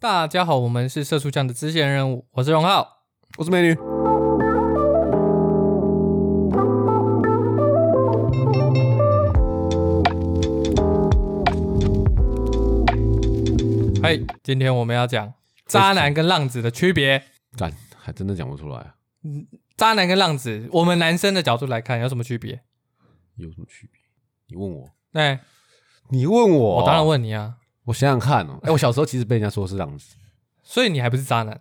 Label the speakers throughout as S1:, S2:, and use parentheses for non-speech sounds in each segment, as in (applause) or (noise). S1: 大家好，我们是社畜酱的支线任务，我是荣浩。
S2: 我是美女。
S1: 嘿，今天我们要讲渣男跟浪子的区别。
S2: 干，还真的讲不出来，啊
S1: 渣男跟浪子，我们男生的角度来看有什么区别？
S2: 有什么区别？你问我，
S1: 哎、
S2: 你问我
S1: 我当然。问你啊，
S2: 我想想看哦、哎、我小时候其实被人家说是这样子，
S1: 所以你还不是渣男？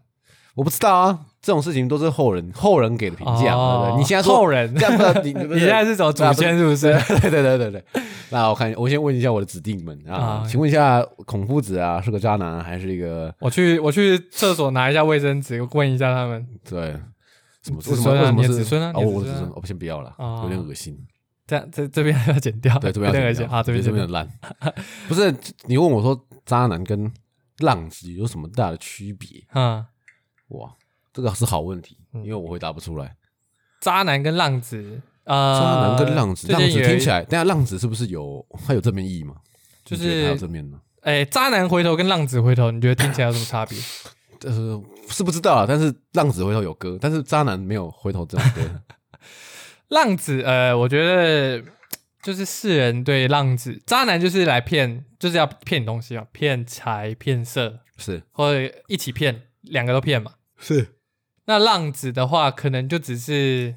S2: 我不知道啊，这种事情都是后人后人给的评价，
S1: 哦
S2: 对不对？你现在说
S1: 后人
S2: 这
S1: (laughs)
S2: 样 (laughs) 不，你
S1: 你现在是走祖先是不是？
S2: (laughs) 对对对对对。那我看，我先问一下我的指定们啊
S1: 啊，
S2: 请问一下，孔夫子啊是个渣男还是一个
S1: (laughs) 我去，我去厕所拿一下卫生纸，问一下他们。
S2: 对？什么
S1: 子
S2: 为什么
S1: 孙啊
S2: 为什
S1: 你
S2: 么
S1: 的
S2: 是哦
S1: 子孙啊你的
S2: 我
S1: 子
S2: 的
S1: 孙啊
S2: 子孙，我先不要了
S1: 哦，
S2: 有点恶心。
S1: 这样这这边要剪掉，
S2: 对，这边要
S1: 有点恶
S2: 剪
S1: 心
S2: 掉
S1: 啊，这边
S2: 这
S1: 这
S2: 边
S1: 边
S2: 很烂。
S1: (laughs)
S2: 不是你问我说，渣男跟浪子有什么大的区别？
S1: 啊、
S2: 哇，这个是好问题，
S1: 嗯
S2: 因为我回答不出来。
S1: 渣男跟浪子，
S2: 渣
S1: 呃，
S2: 男跟浪子，
S1: 最
S2: 浪
S1: 近
S2: 子
S1: 有一
S2: 听起来，等一下浪子是不是有它有正面意义吗？
S1: 就
S2: 你觉得它有
S1: 是
S2: 正面
S1: (laughs)
S2: 呢？
S1: 哎、渣男回头跟浪子回头，你觉得听起来有什么差别？
S2: 呃，是不知道啊，但是浪子回头有歌，但是渣男没有回头这首
S1: (laughs)
S2: 歌。
S1: 浪子，呃，我觉得就是世人对浪子、渣男就是来骗，就是要骗你东西啊，骗财、骗色，
S2: 是
S1: 或者一起骗，两个都骗嘛。
S2: 是，
S1: 那浪子的话，可能就只是，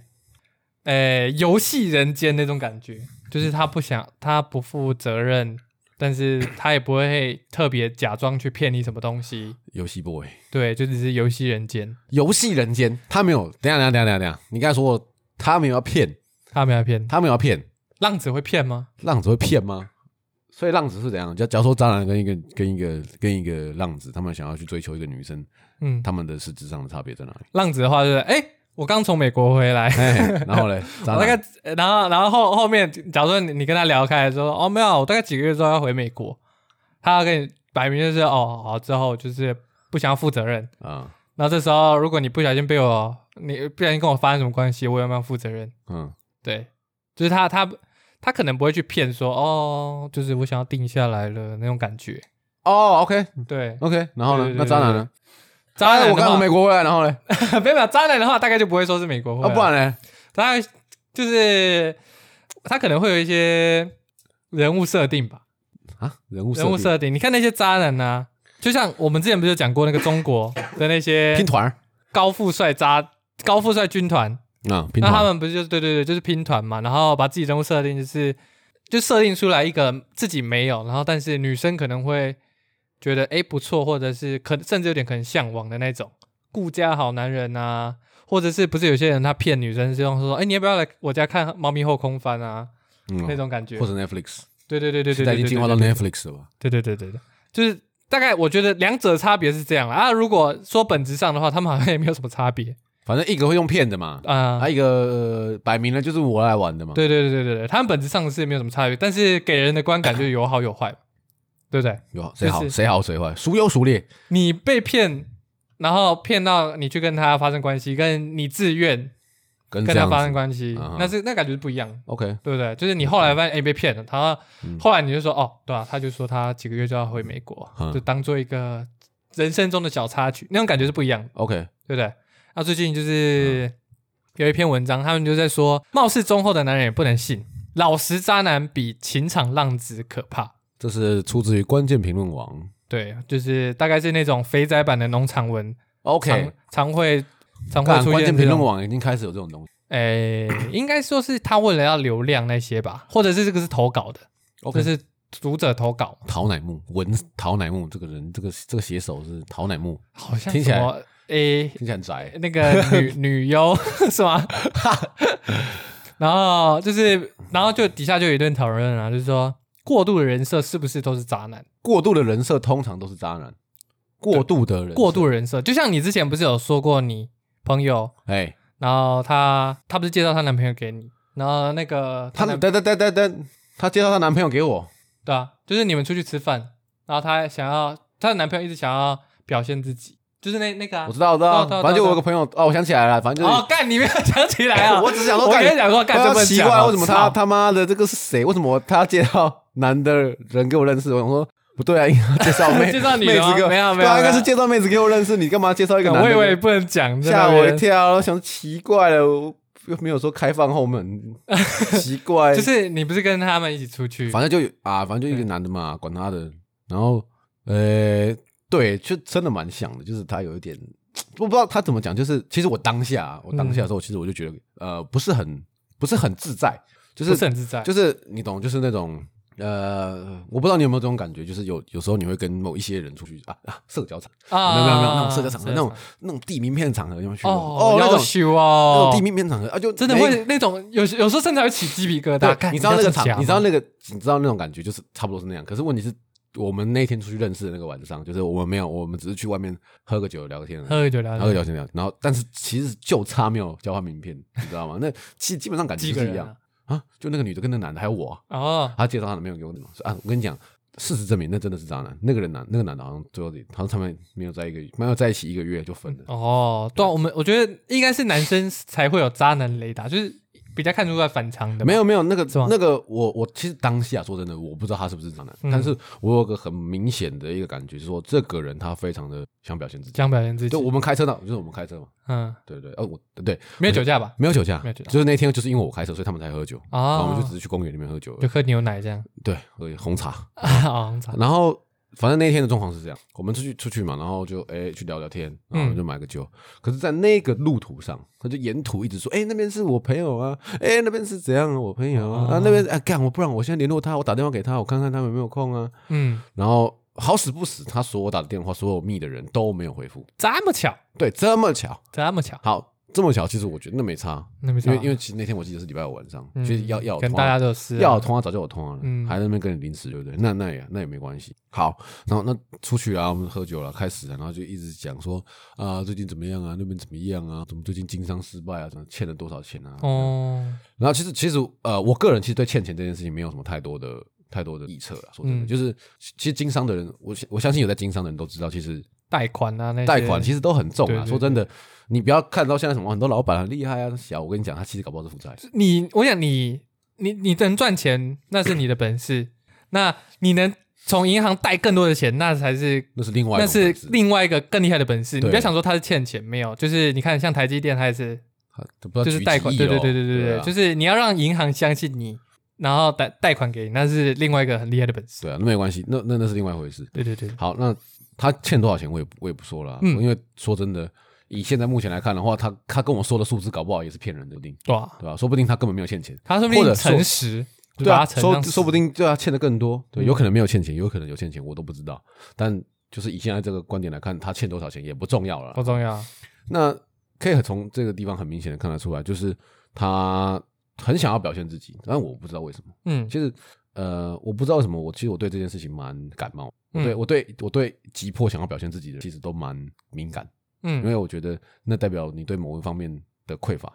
S1: 呃，游戏人间那种感觉，就是他不想，他不负责任，但是他也不会特别假装去骗你什么东西，
S2: 游戏 boy，
S1: 对，就只是游戏人间，
S2: 游戏人间，他没有。等一下，等一下，等一下，等一下，你刚才说过他没有要骗，
S1: 他没有骗。
S2: 他没有要骗，
S1: 浪子会骗吗？
S2: 浪子会骗吗？所以浪子是怎样？假假如说渣男跟一个跟一个跟一个浪子，他们想要去追求一个女生，
S1: 嗯，
S2: 他们的实质上的差别
S1: (laughs)
S2: 在哪里？
S1: 浪子的话就是，哎、我刚从美国回来，
S2: 哎，然后嘞，渣
S1: 我大
S2: 男
S1: 概，呃然后，然后后后面，假如说你你跟他聊开说，哦，没有，我大概几个月之后要回美国，他要跟你摆明就是，哦，好，之后就是不想要负责任。
S2: 啊，
S1: 然后这时候，如果你不小心被我，你不小心跟我发生什么关系，我有没有负责任？
S2: 嗯，
S1: 对，就是他他他可能不会去骗说，哦，就是我想要定下来了那种感觉。
S2: 哦，OK
S1: 对，
S2: OK，然后呢
S1: 对对对？
S2: 那渣男呢？
S1: 渣
S2: 哎
S1: 男
S2: 我
S1: 的
S2: 刚
S1: 话，
S2: 从美国回来，然后嘞，
S1: (laughs) 没有没有渣男的话，大概就不会说是美国会
S2: 啊，不然嘞，
S1: 他就是他可能会有一些人物设定吧，
S2: 啊，人物
S1: 人物
S2: 定
S1: 设定。你看那些渣男啊，就像我们之前不是有讲过那个中国的那些
S2: 拼团儿
S1: 高富帅渣、高富帅军团，
S2: 啊，拼
S1: 那
S2: 团
S1: 他
S2: 儿
S1: 们不是就是对对对，就是拼团嘛，然后把自己人物设定就是就设定出来一个自己没有，然后但是女生可能会觉得哎不错，或者是可甚至有点可能向往的那种顾家好男人啊，或者是不是有些人他骗女生是用说哎你要不要来我家看猫咪后空翻啊
S2: 嗯
S1: 那种感觉
S2: 或，者 Netflix，
S1: 对对对对对
S2: 现在
S1: 对，
S2: 已经
S1: 对
S2: 进化到
S1: 对
S2: Netflix 了吧？
S1: 对对对对对，就是大概我觉得两者差别是这样啦啊。如果说本质上的话，他们好像也没有什么差别
S2: 反正一个会用骗的嘛，
S1: 啊。
S2: 啊，一个呃摆明了就是我来玩的嘛。
S1: 对对对对对对，他们本质上是没有什么差别，但是给人的观感就有好有坏，对不对？
S2: 有谁
S1: 就
S2: 好
S1: 是
S2: 谁好谁坏，孰优孰劣？
S1: 你被骗，然后骗到你去跟他发生关系，跟你自愿
S2: 跟
S1: 跟
S2: 这
S1: 他
S2: 样
S1: 发
S2: 子
S1: 生关系，
S2: 啊哈嗯
S1: 那是那感觉是不一样，
S2: OK，
S1: 对不对？就是你后来发现哎、被骗了，他
S2: 嗯
S1: 后来你就说哦对啊，他就说他几个月就要回美国，
S2: 嗯
S1: 就当做一个人生中的小插曲，那种感觉是不一样的。
S2: OK，
S1: 对不对？那最近
S2: 嗯
S1: 就是有一篇文章，他们就在说，貌似忠厚的男人也不能信，老实渣男比情场浪子可怕。
S2: 这是出自于关键评论网。
S1: 对，就是大概是那种肥仔版的农场文，常
S2: OK，
S1: 常会常会
S2: 看
S1: 出
S2: 关键
S1: 现
S2: 评
S1: 这
S2: 论
S1: 种。
S2: 网已经开始有这种东西。
S1: 诶，应该说是他为了要流量那些吧，或者是这个是投稿的，这
S2: OK，
S1: 是读者投稿，
S2: 陶乃木文陶乃木这个人，这个这个写手是陶乃木，
S1: 好像
S2: 听起
S1: 什
S2: 来
S1: 么诶
S2: 听起来很宅。
S1: 那个
S2: (laughs)
S1: 女女优 (laughs) 是吗？然后就是，然后就底下就有一顿讨论啊，就是说过度的人设是不是都是渣男？
S2: 过度的人设通常都是渣男，过度的人设
S1: 过度的人设，就像你之前不是有说过你朋友，
S2: 哎，
S1: 然后她她不是介绍她男朋友给你，然后那个
S2: 她
S1: 男
S2: 等等等等等，她介绍她男朋友给我，
S1: 对啊，就是你们出去吃饭，然后她想要她的男朋友一直想要表现自己，就是那那个啊
S2: 我，知道我知道，
S1: 知道
S2: 反正
S1: 知
S2: 就
S1: 道
S2: 我有个朋友哦，我想起来了，反正就是
S1: 哦，干你没有想起来啊？
S2: (laughs) 我只想说
S1: 我
S2: 干
S1: 跟你讲过，哦干这
S2: 啊
S1: 么
S2: 奇怪，为什么他他妈的这个是谁？为什么他介绍男的人给我认识？我想说，不对啊，应该介
S1: (laughs)
S2: 绍妹，
S1: 介绍女的
S2: 妹子
S1: 吗
S2: 给我，
S1: 没有没有
S2: 对啊
S1: 没有
S2: 应该是介绍妹子给我认识，你干嘛介绍一个男
S1: 我
S2: 的？
S1: 以为不能讲，在
S2: 吓
S1: 那
S2: 我
S1: 边
S2: 一跳，我想奇怪了，我又没有说开放
S1: (laughs)
S2: 后门，奇怪，
S1: 就是你不是跟他们一起出去？
S2: 哎反正就有啊，反正就一个男的嘛，管他的。然后，呃，对，就真的蛮像的，就是他有一点，我不知道他怎么讲，就是其实我当下啊，我当下的时候，其实我就觉得，呃，不是很不是很自在，就
S1: 不
S2: 是
S1: 是很自在，
S2: 就是你懂，就是那种。呃，我不知道你有没有这种感觉，就是有有时候你会跟某一些人出去啊啊，社交场，
S1: 啊，
S2: 没有没有没有那种社交场合，
S1: 社
S2: 那种那种地名片场合，有没有去过？
S1: 啊哦，
S2: 那
S1: 要
S2: 种
S1: 修
S2: 那
S1: 哦
S2: 种，地名片场合啊，就
S1: 真的
S2: 每
S1: 会那种有有时候甚至还会起鸡皮疙瘩。
S2: 对，
S1: 干
S2: 你知道那个场，你知道
S1: 那
S2: 那个，你知道那种感觉，就是差不多是那样。可是问题是我们那天出去认识的那个晚上，就是我们没有，我们只是去外面喝个酒聊个天而已，
S1: 喝一酒聊
S2: 然后就聊天聊天，然后但是其实就差没有交换名片，你知道吗？那其基本上感觉
S1: 几
S2: 就
S1: 个
S2: 是一
S1: 人
S2: 样
S1: 啊
S2: 啊，就那个女的跟那男的还有我啊，
S1: 哦，
S2: 他介绍他的没有给我怎么说啊？我跟你讲，事实证明那真的是渣男，那个人男那个男的好像最后也好像他们没有在一个没有在一起一个月就分了。
S1: 哦，对啊，我们我觉得应该是男生才会有渣男雷达，就是比较看出来反常的吧。
S2: 没有没有，那个
S1: 是吗
S2: 那个我我其实当下说真的，我不知道他是不是渣男，
S1: 嗯
S2: 但是我有个很明显的一个感觉，就是说这个人他非常的想表现自己。
S1: 想表现自己
S2: 就，我们开车的，就是我们开车嘛，
S1: 嗯，
S2: 对对对，哦我对
S1: 没有酒驾吧？
S2: 没有酒驾
S1: 没有酒，驾
S2: 就是那天就是因为我开车，所以他们才喝酒，然哦后我们就
S1: 啊
S2: 只，是去公园里面喝酒而已，
S1: 就喝牛奶这样 (laughs)
S2: 对，喝红茶。
S1: 啊，很惨
S2: 然后反正那天的状况是这样，我们出去出去嘛，然后就哎去聊聊天，然后
S1: 嗯
S2: 就买个酒。可是，在那个路途上，他就沿途一直说，哎那边是我朋友啊，哎那边是怎样啊，我朋友啊，
S1: 哦
S2: 啊那边啊干我不然我现在联络他，我打电话给他，我看看他有没有空啊。
S1: 嗯，
S2: 然后好死不死，他所有打的电话，所有密的人都没有回复。
S1: 这么巧，
S2: 对，这么巧，
S1: 这么巧，
S2: 好。这么巧，其实我觉得那没差，
S1: 那没
S2: 因
S1: 错啊
S2: 为，因为其实那天我记得是礼拜五晚上，
S1: 嗯
S2: 就是要要有
S1: 跟
S2: 通
S1: 大
S2: 话
S1: 家都有事啊，
S2: 要有通话早就有通话了，
S1: 嗯
S2: 还在那边跟你临时，对不对？那那也那也没关系。好，然后那出去啊，我们喝酒了，开始了，然后就一直讲说啊、最近怎么样啊，那边怎么样啊，怎么最近经商失败啊，怎么欠了多少钱啊？哦，
S1: 哦，
S2: 然后其实其实呃，我个人其实对欠钱这件事情没有什么太多的太多的臆测了。说真的，
S1: 嗯
S2: 就是其其实经商的人，我我相信有在经商的人都知道，其实
S1: 贷款啊那些
S2: 贷款其实都很重啊。
S1: 对对对
S2: 说真的，你不要看到现在什么很多老板很厉害啊，小我跟你讲，他其实搞不好是负债。
S1: 你，我想你，你你能赚钱，那是你的本事。那你能从银行贷更多的钱，那才是
S2: 那是另外一
S1: 那
S2: 种
S1: 是
S2: 本事，
S1: 另外一个更厉害的本事。你
S2: 对
S1: 不要想说他是欠钱，没有，就是你看像台积电，它也是
S2: 他他不知道
S1: 就是
S2: 举
S1: 贷
S2: 几
S1: 款，
S2: 亿
S1: 对对
S2: 咯
S1: 对对对对，
S2: 啊
S1: 就是你要让银行相信你，然后贷贷款给你，那是另外一个很厉害的本事。
S2: 对啊，那没关系，那那那是另外一回事。
S1: 对对对，
S2: 好，那他欠多少钱，我也不我也不说了啊、
S1: 嗯
S2: 因为说真的，以现在目前来看的话，他他跟我说的数字，搞不好也是骗人的，不定
S1: 对啊，
S2: 对吧、说不定他根本没有欠钱，
S1: 他说不
S2: 或
S1: 定
S2: 者说
S1: 诚实，
S2: 对
S1: 把
S2: 啊，
S1: 它乘上
S2: 说说不
S1: 十
S2: 定对啊，欠的更多，
S1: 嗯
S2: 对，有可能没有欠钱，有可能有欠钱，我都不知道。但就是以现在这个观点来看，他欠多少钱也不重要了
S1: 不
S2: 啊。
S1: 重要。
S2: 那可以从这个地方很明显的看得出来，就是他很想要表现自己，但我不知道为什么。
S1: 嗯，
S2: 其实呃，我不知道为什么，我其实我对这件事情蛮感冒。我对、
S1: 嗯
S2: 我对我对急迫想要表现自己的人，其实都蛮敏感，因
S1: 嗯
S2: 为我觉得那代表你对某一方面的匮乏，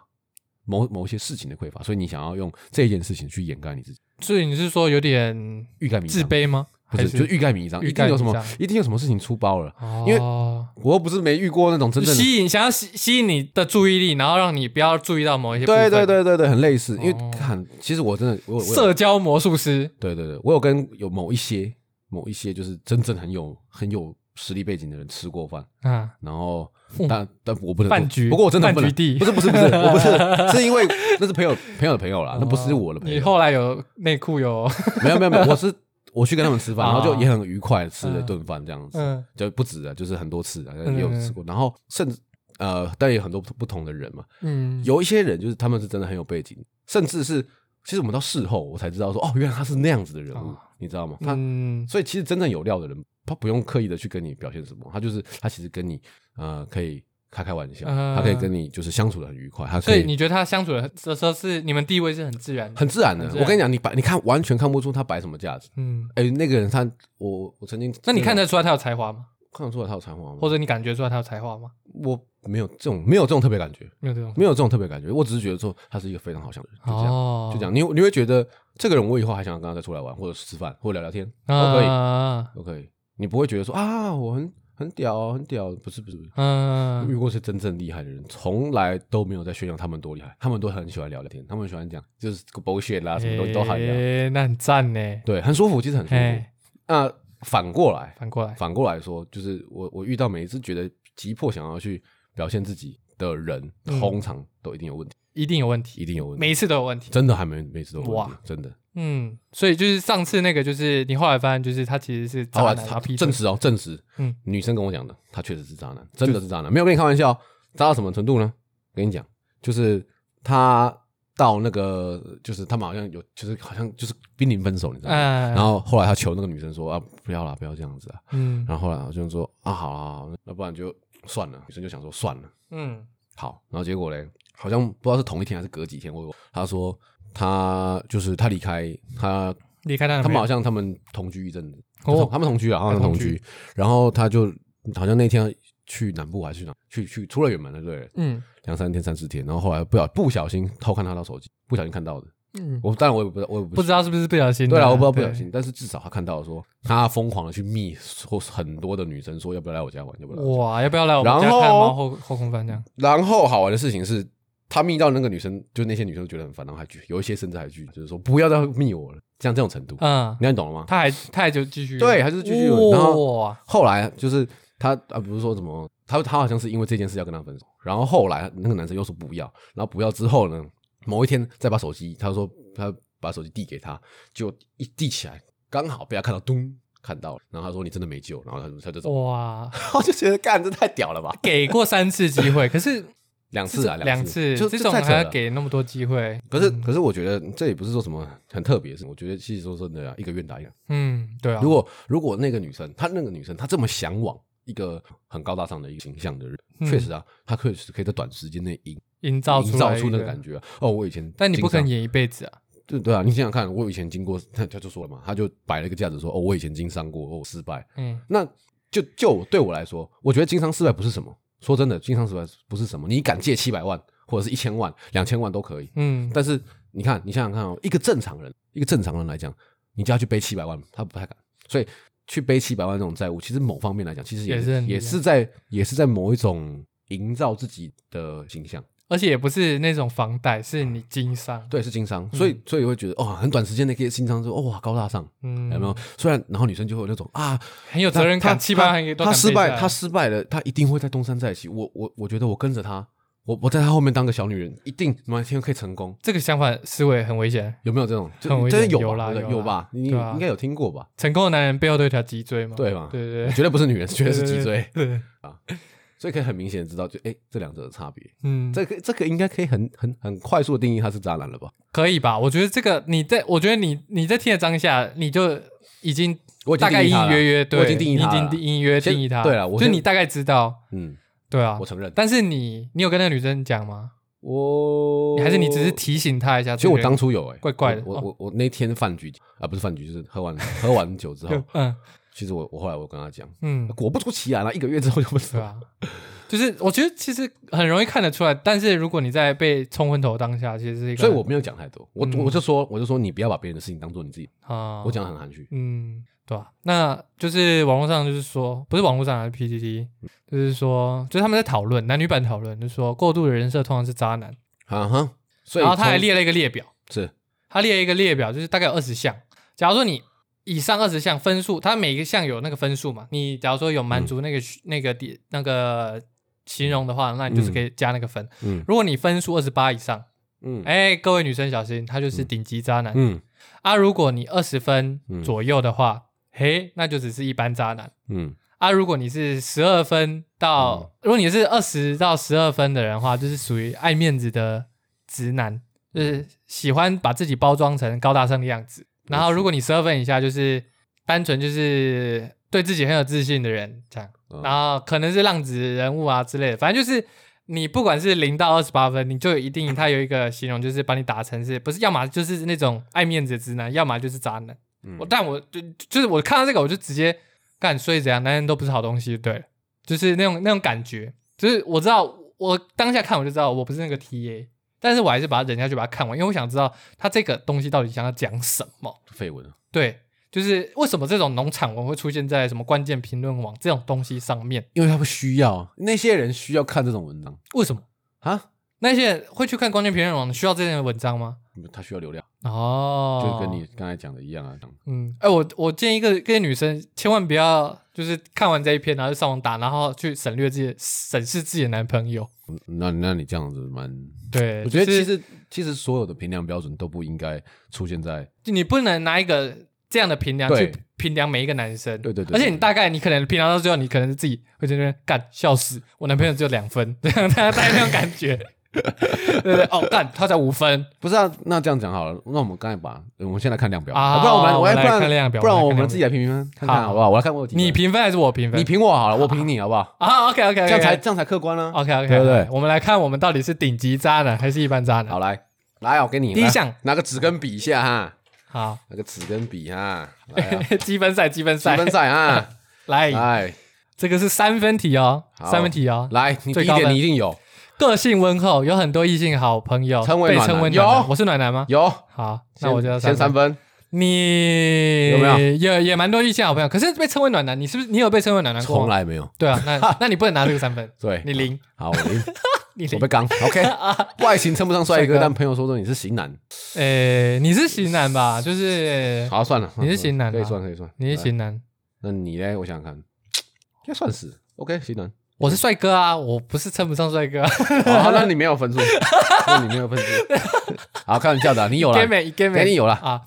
S2: 某某一些事情的匮乏，所以你想要用这件事情去掩盖你自己，
S1: 所以你是说有点
S2: 欲盖弥彰
S1: 自，卑吗？
S2: 不
S1: 还
S2: 是
S1: 是
S2: 就是欲盖弥彰，
S1: 欲
S2: 一
S1: 盖
S2: 定有什
S1: 弥
S2: 么
S1: 彰
S2: 一定有什么事情出包了。因为
S1: 哦
S2: 我又不是没遇过那种真正的，
S1: 吸引，想要吸吸引你的注意力，然后让你不要注意到某一些部分
S2: 对对对对对，很类似。因为
S1: 哦
S2: 看，其实我真的我我有
S1: 社交魔术师，
S2: 对对对，我有跟有某一些某一些就是真正很有很有实力背景的人吃过饭，
S1: 啊，
S2: 然后
S1: 嗯
S2: 但但我不能
S1: 饭局
S2: 不过我真的不
S1: 饭局
S2: 能
S1: 地
S2: 不是不
S1: (laughs)
S2: 是不是，我不是，是因为那是朋友朋友的朋友啦，那不是我的朋
S1: 哦你
S2: 友，
S1: 后来有内裤有，
S2: 没有没有没有，我是我去跟他们吃饭，
S1: 啊
S2: 然后就也很愉快地吃了一顿饭这样子，
S1: 嗯
S2: 就不止啊，就是很多次啊，
S1: 嗯
S2: 也有吃过，然后甚至呃，但也有很多不同的人嘛，
S1: 嗯，
S2: 有一些人就是他们是真的很有背景，甚至是其实我们到事后我才知道说哦，原来他是那样子的人物
S1: 啊，
S2: 你知道吗？他
S1: 嗯
S2: 所以其实真正有料的人，他不用刻意的去跟你表现什么，他就是他其实跟你呃可以开开玩笑，
S1: 嗯
S2: 他可以跟你就是相处的很愉快，他
S1: 所
S2: 可
S1: 以你觉得他相处的这时候是你们地位是很自然的，
S2: 很自然的
S1: 很。自然
S2: 我跟你讲，你摆你看完全看不出他摆什么架子。
S1: 嗯，
S2: 哎，那个人他我我曾经，
S1: 那你看得出来他有才华吗？
S2: 看得出来他有才华吗？
S1: 或者你感觉出来他有才华吗？
S2: 我没有这种没有这种特别感觉，
S1: 没有这种
S2: 没有这种特别感觉，我只是觉得说他是一个非常好相处的人，就这样。
S1: 哦，
S2: 就这样，你你会觉得这个人，我以后还想要跟他再出来玩，或者是吃饭，或者聊聊天，都可以，
S1: 啊，
S2: 都可以。你不会觉得说啊，我很很屌哦，很屌，不是不是不是，遇
S1: 嗯，
S2: 过是真正厉害的人，从来都没有在炫耀他们多厉害，他们都很喜欢聊聊天，他们喜欢讲就是 bullshit 啦，什么东西都喊聊，
S1: 诶那很赞呢，
S2: 对，很舒服，其实很舒服
S1: 哎。
S2: 那反过来，
S1: 反过来，
S2: 反过来说，就是我我遇到每一次觉得急迫想要去表现自己的人，
S1: 嗯
S2: 通常都一定有问题，
S1: 一定有问题，
S2: 一定有问题，
S1: 每一次都有问题。
S2: 真的还没每次都有问题
S1: 哇，
S2: 真的。
S1: 嗯，所以就是上次那个，就是你后来发现，就是他其实是渣
S2: 后来
S1: 男，
S2: 他
S1: 他劈
S2: 证
S1: 腿。
S2: 实哦，证实，
S1: 嗯
S2: 嗯，女生跟我讲的，他确实是渣男，真的是渣男，没有跟你开玩笑，渣到什么程度呢？跟你讲，就是他到那个，就是他们好像有，就是好像就是濒临分手，你知道吗？
S1: 嗯
S2: 然后后来他求那个女生说啊，不要啦，不要这样子啊。
S1: 嗯
S2: 然后后来好像说啊，好啊好啊，那不然就算了。女生就想说算了，
S1: 嗯
S2: 好。然后结果嘞，好像不知道是同一天还是隔几天，我他说他就是他离开他
S1: 离开他的
S2: 他
S1: 朋
S2: 们
S1: 友
S2: 好像他们同居一阵子，
S1: 哦
S2: 他们同居啊，好像同
S1: 同
S2: 居。然后他就好像那天去南部还是去哪，去去出了远门了，对，
S1: 嗯
S2: 两三天三四天。然后后来不小不小心偷看他的手机，不小心看到的。
S1: 嗯，
S2: 我当然我也不知道，我也
S1: 不知道是不是不小心的。啊
S2: 对啊了，我不知道不小
S1: 对。
S2: 心，但是至少他看到说他疯狂的去密说很多的女生说要不要来我家玩，要不要来我家玩。
S1: 哇，要不要来我们家
S2: 然后
S1: 看猫后后空翻这样？
S2: 然后好玩的事情是。他密到那个女生，就那些女生觉得很烦，然后还拒，有一些甚至还拒，就是说不要再密我了，像这种程度，
S1: 嗯，
S2: 你看你懂了吗？
S1: 他还他还就继续
S2: 对，还是继续有。然后
S1: 嗯哇，
S2: 后来就是他啊，不是说什么，他他好像是因为这件事要跟他分手，然后后来那个男生又说不要，然后不要之后呢，某一天再把手机，他说他把手机递给他，就一递起来，刚好被他看到，咚。看到了，然后他说你真的没救，然后他就他就走，
S1: 哇，
S2: 我就觉得干这太屌了吧，
S1: 给过三次机会，
S2: (laughs)
S1: 可是
S2: 两次啊，
S1: 两次，
S2: 就
S1: 这
S2: 就
S1: 种
S2: 太扯
S1: 还要
S2: 了
S1: 给那么多机会，嗯
S2: 可是可是我觉得这也不是说什么很特别的事，我觉得其实说真的啊，一个愿打一个愿
S1: 嗯，对啊，
S2: 如果如果那个女生，她那个女生，她这么向往一个很高大上的一个形象的人，
S1: 嗯
S2: 确实啊，她确实可以在短时间内营
S1: 营造
S2: 营造
S1: 来
S2: 出
S1: 一
S2: 那个感，觉啊、哦，我以前
S1: 但你不可能
S2: 经
S1: 演一辈子啊，
S2: 商对对啊，你想想看，我以前经过，他他就说了嘛，他就摆了一个架子说，哦，我以前经商过，哦，我失败。
S1: 嗯
S2: 那就就我对我来说，我觉得经商失败不是什么。说真的，经商失败不是什么。你敢借七百万或者是一千万、两千万都可以，
S1: 嗯，
S2: 但是你看，你想想看哦，一个正常人，一个正常人来讲，你叫他去背七百万，他不太敢，所以去背七百万这种债务，其实某方面来讲，其实也
S1: 也是
S2: 是
S1: 很
S2: 也是在也是在某一种营造自己的形象，
S1: 而且也不是那种房贷，是你经商，
S2: 对，是经商，所以、所以会觉得哦，很短时间内可以经商之后，哦哇，高大上，
S1: 嗯，
S2: 有没有？虽然然后女生就会有那种啊，
S1: 很有
S2: 他
S1: 责任
S2: 他
S1: 感？七八
S2: 他
S1: 万也都
S2: 他
S1: 敢
S2: 失
S1: 背下
S2: 败，
S1: 来
S2: 他失败了，他一定会在东山再起。我我我觉得我跟着他，我我在他后面当个小女人，一定某一天可以成功。
S1: 这个想法思维很危险，
S2: 有没有这种？
S1: 很
S2: 就
S1: 危
S2: 真的
S1: 险
S2: 有
S1: 有啦
S2: 吧？对不对
S1: 有啦
S2: 有吧？你
S1: 对啊
S2: 应该有听过吧？
S1: 成功的男人背后都有一条脊椎嘛，
S2: 对嘛
S1: 对
S2: (laughs)
S1: 对对，
S2: 绝对不是女人，绝对是脊
S1: 对
S2: 椎，
S1: 对，
S2: 所以可以很明显地知道，就哎、诶这两者的差别。
S1: 嗯，
S2: 这个这个应该可以很很很快速的定义他是渣男了吧？
S1: 可以吧？我觉得这个你在，我觉得你你在听的当下，你就已经
S2: 我已经
S1: 大概
S2: 定义
S1: 隐
S2: 他
S1: 隐
S2: 了
S1: 约约，对，
S2: 我已经定义他
S1: 你已
S2: 了
S1: 经隐约定义他，
S2: 先对了我
S1: 就
S2: 先
S1: 你大概知道，
S2: 嗯，
S1: 对啊
S2: 我。承认。
S1: 但是你你有跟那个女生讲吗？
S2: 我
S1: 你还是你只是提醒她一下？
S2: 其实我
S1: 这个人
S2: 当初有哎、诶
S1: 怪怪的
S2: 我
S1: 哦
S2: 我我我那天饭局啊，不是饭局，就是喝完喝完酒
S1: (laughs)
S2: 之后，
S1: 嗯
S2: 其实我我后来我跟他讲，
S1: 嗯，
S2: 果不出其然啊，一个月之后就分手
S1: 对
S2: 了。
S1: 啊，就是我觉得其实很容易看得出来，但是如果你在被冲昏头当下，其实是一个
S2: 所
S1: 很，
S2: 以我没有讲太多，我、
S1: 啊嗯
S2: 我就说我就说你不要把别人的事情当做你自己，
S1: 啊，
S2: 我讲的很含蓄。
S1: 嗯，对啊，那就是网络上就是说，不是网络上还啊是 PPT，就是
S2: 嗯
S1: 说，就是他们在讨论男女版讨论，就是说过度的人设通常是渣男，
S2: 啊哈，所以
S1: 然后他还
S2: 从
S1: 列了一个列表，
S2: 是
S1: 他列了一个列表，就是大概有二十项。假如说你以上二十项分数，它每一个项有那个分数嘛，你假如说有满
S2: 嗯
S1: 足那个、那个点那个形容的话，那你就是可以加那个分。
S2: 嗯
S1: 如果你分数二十八以上，
S2: 嗯
S1: 哎、各位女生小心，他就是顶级渣男。
S2: 嗯
S1: 啊，如果你二十分
S2: 嗯
S1: 左右的话，嘿，那就只是一般渣男。
S2: 嗯
S1: 啊，如果你是十二分到，
S2: 嗯
S1: 如果你是二十到十二分的人的话，就是属于爱面子的直男，就是喜欢把自己包装成高大上的样子。然后，如果你十二分以下，就是单纯就是对自己很有自信的人，这样。
S2: 嗯
S1: 然后可能是浪子人物啊之类的，反正就是你不管是零到二十八分，你就有一定他有一个形容，就是把你打成是不是要么就是那种爱面子的直男，要么就是渣男。
S2: 嗯
S1: 我但我就就是我看到这个我就直接干，所以怎样，男人都不是好东西，对了，就是那种那种感觉，就是我知道我当下看我就知道我不是那个 TA，但是我还是把它忍下去把它看完，因为我想知道他这个东西到底想要讲什么。
S2: 绯闻啊，
S1: 对，就是为什么这种农场文会出现在什么关键评论网这种东西上面？
S2: 因为他们需要那些人需要看这种文章
S1: 为什么？
S2: 啊，
S1: 那些人会去看光剑评论网需要这类的文章吗？
S2: 他需要流量，
S1: 哦，
S2: 就跟你刚才讲的一样啊。这样
S1: 嗯，哎、我我建议各各位女生千万不要就是看完这一篇，然后就上网打，然后去省略自己的审视自己的男朋友。
S2: 那那你这样子蛮，
S1: 对，
S2: 我觉得
S1: 就是
S2: 其实其实所有的评量标准都不应该出现在
S1: 你不能拿一个这样的评量
S2: 对
S1: 去评量每一个男生，
S2: 对对对
S1: 而且你大概你可能评量到最后，你可能是自己会在那边干笑死，我男朋友只有两分， (laughs) 这样大家大概那种感
S2: (laughs)
S1: 觉，对不对？哦，干他才五分，
S2: 不是啊，那这样讲好了，那我们刚才把我们先来看量表，
S1: 啊
S2: 啊不然我们
S1: 好
S2: 我来
S1: 我们来
S2: 不然
S1: 看量表
S2: 不然
S1: 我们来看量表
S2: 我们自己来评评分看看
S1: 好
S2: 好不好？我来看我有几分
S1: 你评分还是我评分？
S2: 你评我好了，我评你好不好？
S1: 啊，OK OK，
S2: 这样才这样才客观呢。啊
S1: OK OK，
S2: 对不对
S1: 我们来看我们到底是顶级渣男还是一般渣男？
S2: 好来来，我给你
S1: 第一
S2: 来
S1: 项
S2: 拿个纸跟笔一下哈，
S1: 好，
S2: 拿个纸跟笔哈，来
S1: (laughs)
S2: 啊
S1: 积分赛积分
S2: 积
S1: 赛
S2: 分赛啊，
S1: (laughs) 来，
S2: 来
S1: 这个是三分题哦，
S2: 好
S1: 三分题哦，
S2: 来，你第
S1: 最
S2: 一
S1: 高
S2: 点
S1: 分
S2: 你一定有
S1: 个性温厚，有很多异性好朋友，
S2: 称为
S1: 被
S2: 暖
S1: 称为
S2: 男
S1: 暖男
S2: 有
S1: 我是暖男吗？
S2: 有，
S1: 好，那
S2: 先
S1: 我就要
S2: 先三
S1: 分。
S2: 分，
S1: 你
S2: 有没有
S1: 也也蛮多异性好朋友，可是被称为暖男，你是不是你有被称为暖男过？
S2: 从。来没有，
S1: 对啊，
S2: (laughs)
S1: 那那你不能拿这个三分，
S2: 对
S1: 你零，
S2: 好，我
S1: (laughs)
S2: 赢
S1: 你
S2: 我
S1: 零
S2: 被。刚，OK，
S1: (laughs)
S2: 外形称不上帅
S1: 帅
S2: 哥，
S1: 哥
S2: 但朋友说说你是型男，
S1: 诶，呃你是型男吧？就是
S2: 好算了，
S1: 你是型男啊
S2: 可以算可以算，
S1: 你是
S2: 来
S1: 型男，
S2: 那你呢？我想想看，应该算是 OK 型
S1: (laughs)
S2: 男。
S1: 我是帅哥啊，我不是称不上帅哥啊。
S2: 好，那你没有分数，那你
S1: (laughs)
S2: 没有分数。 (laughs) 好，开玩笑的啊，你有了
S1: gay，man gay
S2: 肯
S1: man
S2: 定有了。
S1: 啊。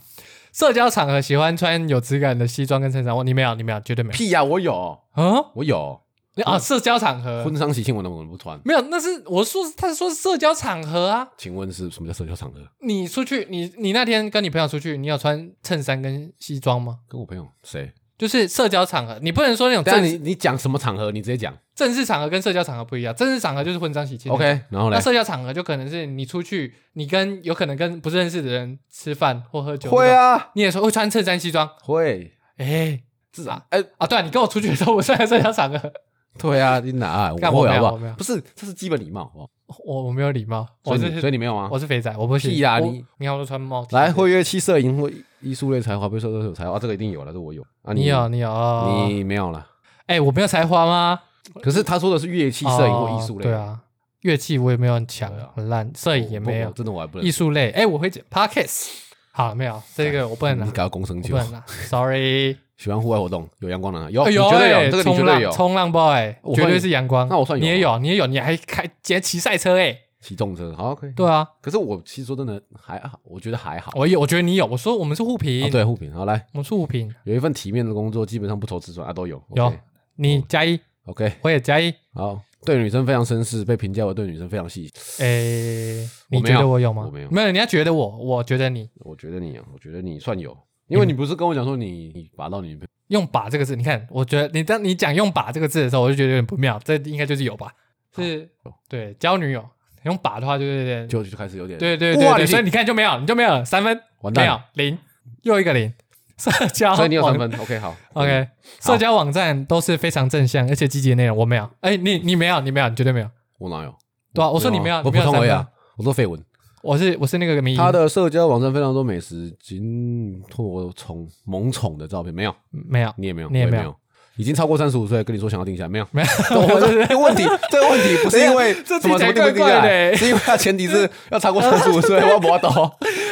S1: 社交场合喜欢穿有质感的西装跟衬衫，我你没有，你没有，绝对没有。
S2: 屁呀，我有，
S1: 啊，
S2: 我有。
S1: 你
S2: 嗯
S1: 啊，社交场合
S2: 婚丧喜庆我能不能不穿？
S1: 没有，那是我说是，他是说社交场合啊。
S2: 请问是什么叫社交场合？
S1: 你出去，你你那天跟你朋友出去，你有穿衬衫跟西装吗？
S2: 跟我朋友谁？
S1: 就是社交场合，你不能说那种
S2: 但
S1: 正
S2: 你你讲什么场合？你直接讲。
S1: 正式场合跟社交场合不一样，正式场合就是婚丧喜庆。
S2: OK，然后嘞
S1: 那，社交场合就可能是你出去，你跟有可能跟不认识的人吃饭或喝酒。
S2: 会，啊，
S1: 你也说会哦穿衬衫西装，
S2: 会。
S1: 哎、
S2: 至少
S1: 啊
S2: 哎，
S1: 啊，对啊，你跟我出去的时候，我穿社交场合，
S2: 对啊，你哪啊我
S1: 干我
S2: 会
S1: 没有我
S2: 好不
S1: 没有
S2: 好？不是，这是基本礼貌。好不好
S1: 我我没有礼貌，
S2: 所
S1: 我
S2: 以你所
S1: 是
S2: 以你没有吗
S1: 我？是肥仔，我不行。
S2: 屁啦
S1: 我
S2: 你
S1: 你看我都穿帽 T。
S2: 来，会乐器、摄影或艺术类才华，被说都是有才华，啊这个一定有了，这我有啊。
S1: 你有你有，哦
S2: 你没有了。
S1: 哎、我没有才华吗？
S2: 可是他说的是乐器、摄影或艺术
S1: 哦
S2: 类，
S1: 对，啊，乐器我也没有很强
S2: 对啊，
S1: 很烂，摄影也没
S2: 我
S1: 有，
S2: 真的我还不能
S1: 艺。术类，哎，我会剪 podcast，好没有这个我不能拿
S2: 你，搞到公生
S1: 我
S2: 球
S1: 不，能拿，sorry。
S2: (laughs) 喜欢户外活动，有阳光男孩，有，
S1: 哎
S2: 哦你
S1: 呦
S2: 绝对
S1: 哎
S2: 有，这个你
S1: 冲
S2: 绝对
S1: 浪
S2: 有。
S1: 冲浪 boy，
S2: 我
S1: 绝
S2: 算
S1: 对
S2: 有
S1: 是阳光。
S2: 那我算有
S1: 你也
S2: 啊
S1: 有，你也有，你还开还骑赛车哎？
S2: 骑重车，好，可以。
S1: 对啊，
S2: 可是我其实说真的还好，我觉得还好。
S1: 我有，我觉得你有。我说我们是互
S2: 啊
S1: 评，
S2: 对，哦互评，好来，
S1: 我们是互评，
S2: 有一份体面的工作，基本上不愁吃穿啊，都有。
S1: 有你加一，
S2: ，OK，
S1: 我也加一。
S2: 好，对女生非常绅士，被评价为对女生非常细。
S1: 诶，哎
S2: 我
S1: 你
S2: 没
S1: 觉得
S2: 有
S1: 我有吗？
S2: 我没有
S1: 没有，人家觉得我，我觉得你
S2: 我觉得你有，我觉得你算有，因为你不是跟我讲说你你拔到你女朋友，
S1: 用“把”这个字，你看，我觉得你当你讲用“把”这个字的时候，我就觉得有点不妙。这应该就是有吧？是
S2: 好有，
S1: 对，交女友用“把”的话，就是有点，
S2: 就就开始有点
S1: 对对
S2: 哇
S1: 对对，
S2: 你
S1: 所以你看就没有，你就没有了三分，
S2: 完
S1: 没
S2: 蛋
S1: 有
S2: 了，
S1: 零，又一个零。社交，
S2: 所以你有三。分，OK，好
S1: (laughs)
S2: 嗯
S1: OK，社交网站都是非常正向而且积极的内容，我没有。哎，你你没有，你没有，你绝对没有。
S2: 我哪有？
S1: 对啊，我说你没有，
S2: 我
S1: 你没
S2: 普
S1: 有
S2: 通
S1: 三
S2: 而已
S1: 分嗯
S2: 啊。，我说绯闻。
S1: 我是我是那个迷因，
S2: 他的社交网站非常多美食，仅或宠萌宠的照片没有，
S1: 没有，
S2: 你也没有，
S1: 你也
S2: 我
S1: 没
S2: 没
S1: 有？
S2: 有，已经超过三十五岁，跟你说想要定下来没有
S1: 没有。
S2: (laughs) 我这个问题，这个问题不是因为
S1: (laughs) 这
S2: 什么
S1: 听起来
S2: 什么定不定下
S1: 怪怪的欸
S2: 来，是因为它前提是要超过三十
S1: (laughs)
S2: 五岁，我不懂。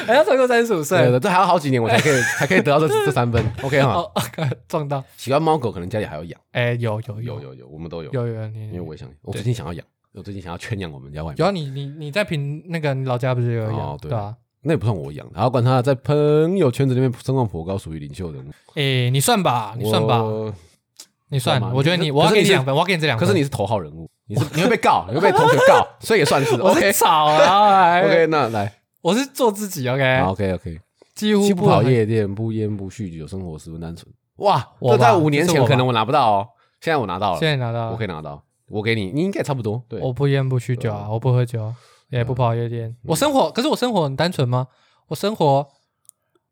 S1: 还要超过三十五
S2: 对
S1: 岁。
S2: 的，这还要好几年我才
S1: (laughs)
S2: 可以，才可以得到这这三分。OK 哈，
S1: 哦，撞到。
S2: 喜欢猫狗可能家里还要养，
S1: 哎，有有有
S2: 有有有，我们都有，
S1: 有有你
S2: 因为我也想，我最近想要养，我最近想要圈养我们家外面
S1: 有。啊，你你你在平那个你老家不是有养、
S2: 哦
S1: 对
S2: 对
S1: 吧？
S2: 那也不算我养，然后管他在朋友圈子里面声望颇高，属于领袖人物。
S1: 诶，你算吧，你算吧，
S2: 我
S1: 你算
S2: 算。吧
S1: 我觉得你，
S2: 可是
S1: 我要给你
S2: 可是你是
S1: 两分，我要给你这两
S2: 可
S1: 分。
S2: 是你是头号人物，你是你会被告，你会被同学
S1: (laughs)
S2: 告，所以也算是
S1: 我是
S2: OK
S1: 草啊
S2: OK。那来
S1: 我是做自己，OK，
S2: OK OK，
S1: 几乎
S2: 既不跑
S1: 很
S2: 夜店，不烟不酗酒，生活十分单纯。哇，
S1: 我
S2: 这
S1: 吧
S2: 在五年
S1: 这是
S2: 前
S1: 我吧
S2: 可能我拿不到哦，现在我拿到
S1: 现
S2: 了，
S1: 在拿到
S2: 我可以拿到，我给你，你应该也差不多。对，嗯
S1: 我不烟不酗酒啊，我不喝酒，也不跑夜店。我生活，可是我生活很单纯吗？我生活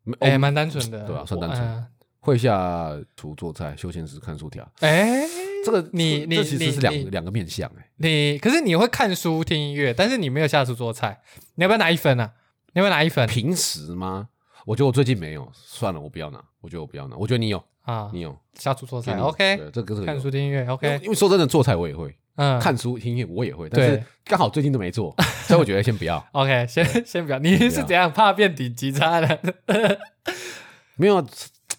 S2: 没哦我
S1: 哎蛮单纯的，
S2: 哦对啊算
S1: 我
S2: 单纯
S1: 嗯
S2: 会下厨做菜，休闲时看书条。
S1: 哎，
S2: 这个
S1: 你
S2: 这
S1: 你
S2: 这其
S1: 你
S2: 实是两
S1: 你
S2: 两个面向哎，
S1: 你可是你会看书听音乐，但是你没有下厨做菜，你要不要拿一分啊？你要不要拿一分
S2: 平时吗？我觉得我最近没有，算了，我不要拿，我觉得我不要拿，我觉得你有，
S1: 啊
S2: 你？有
S1: 下厨做
S2: 给
S1: 菜
S2: 你
S1: ，OK，
S2: 对这个这个
S1: 看
S2: 有
S1: 书听音乐，OK，
S2: 因为说真的，做菜我也会，
S1: 嗯，
S2: 看书听音乐我也会，但是
S1: 对
S2: 刚好最近都没做，所以我觉得先不要。
S1: OK，先 (laughs) 先不要，你是怎样怕变顶级差的？
S2: 没有啊，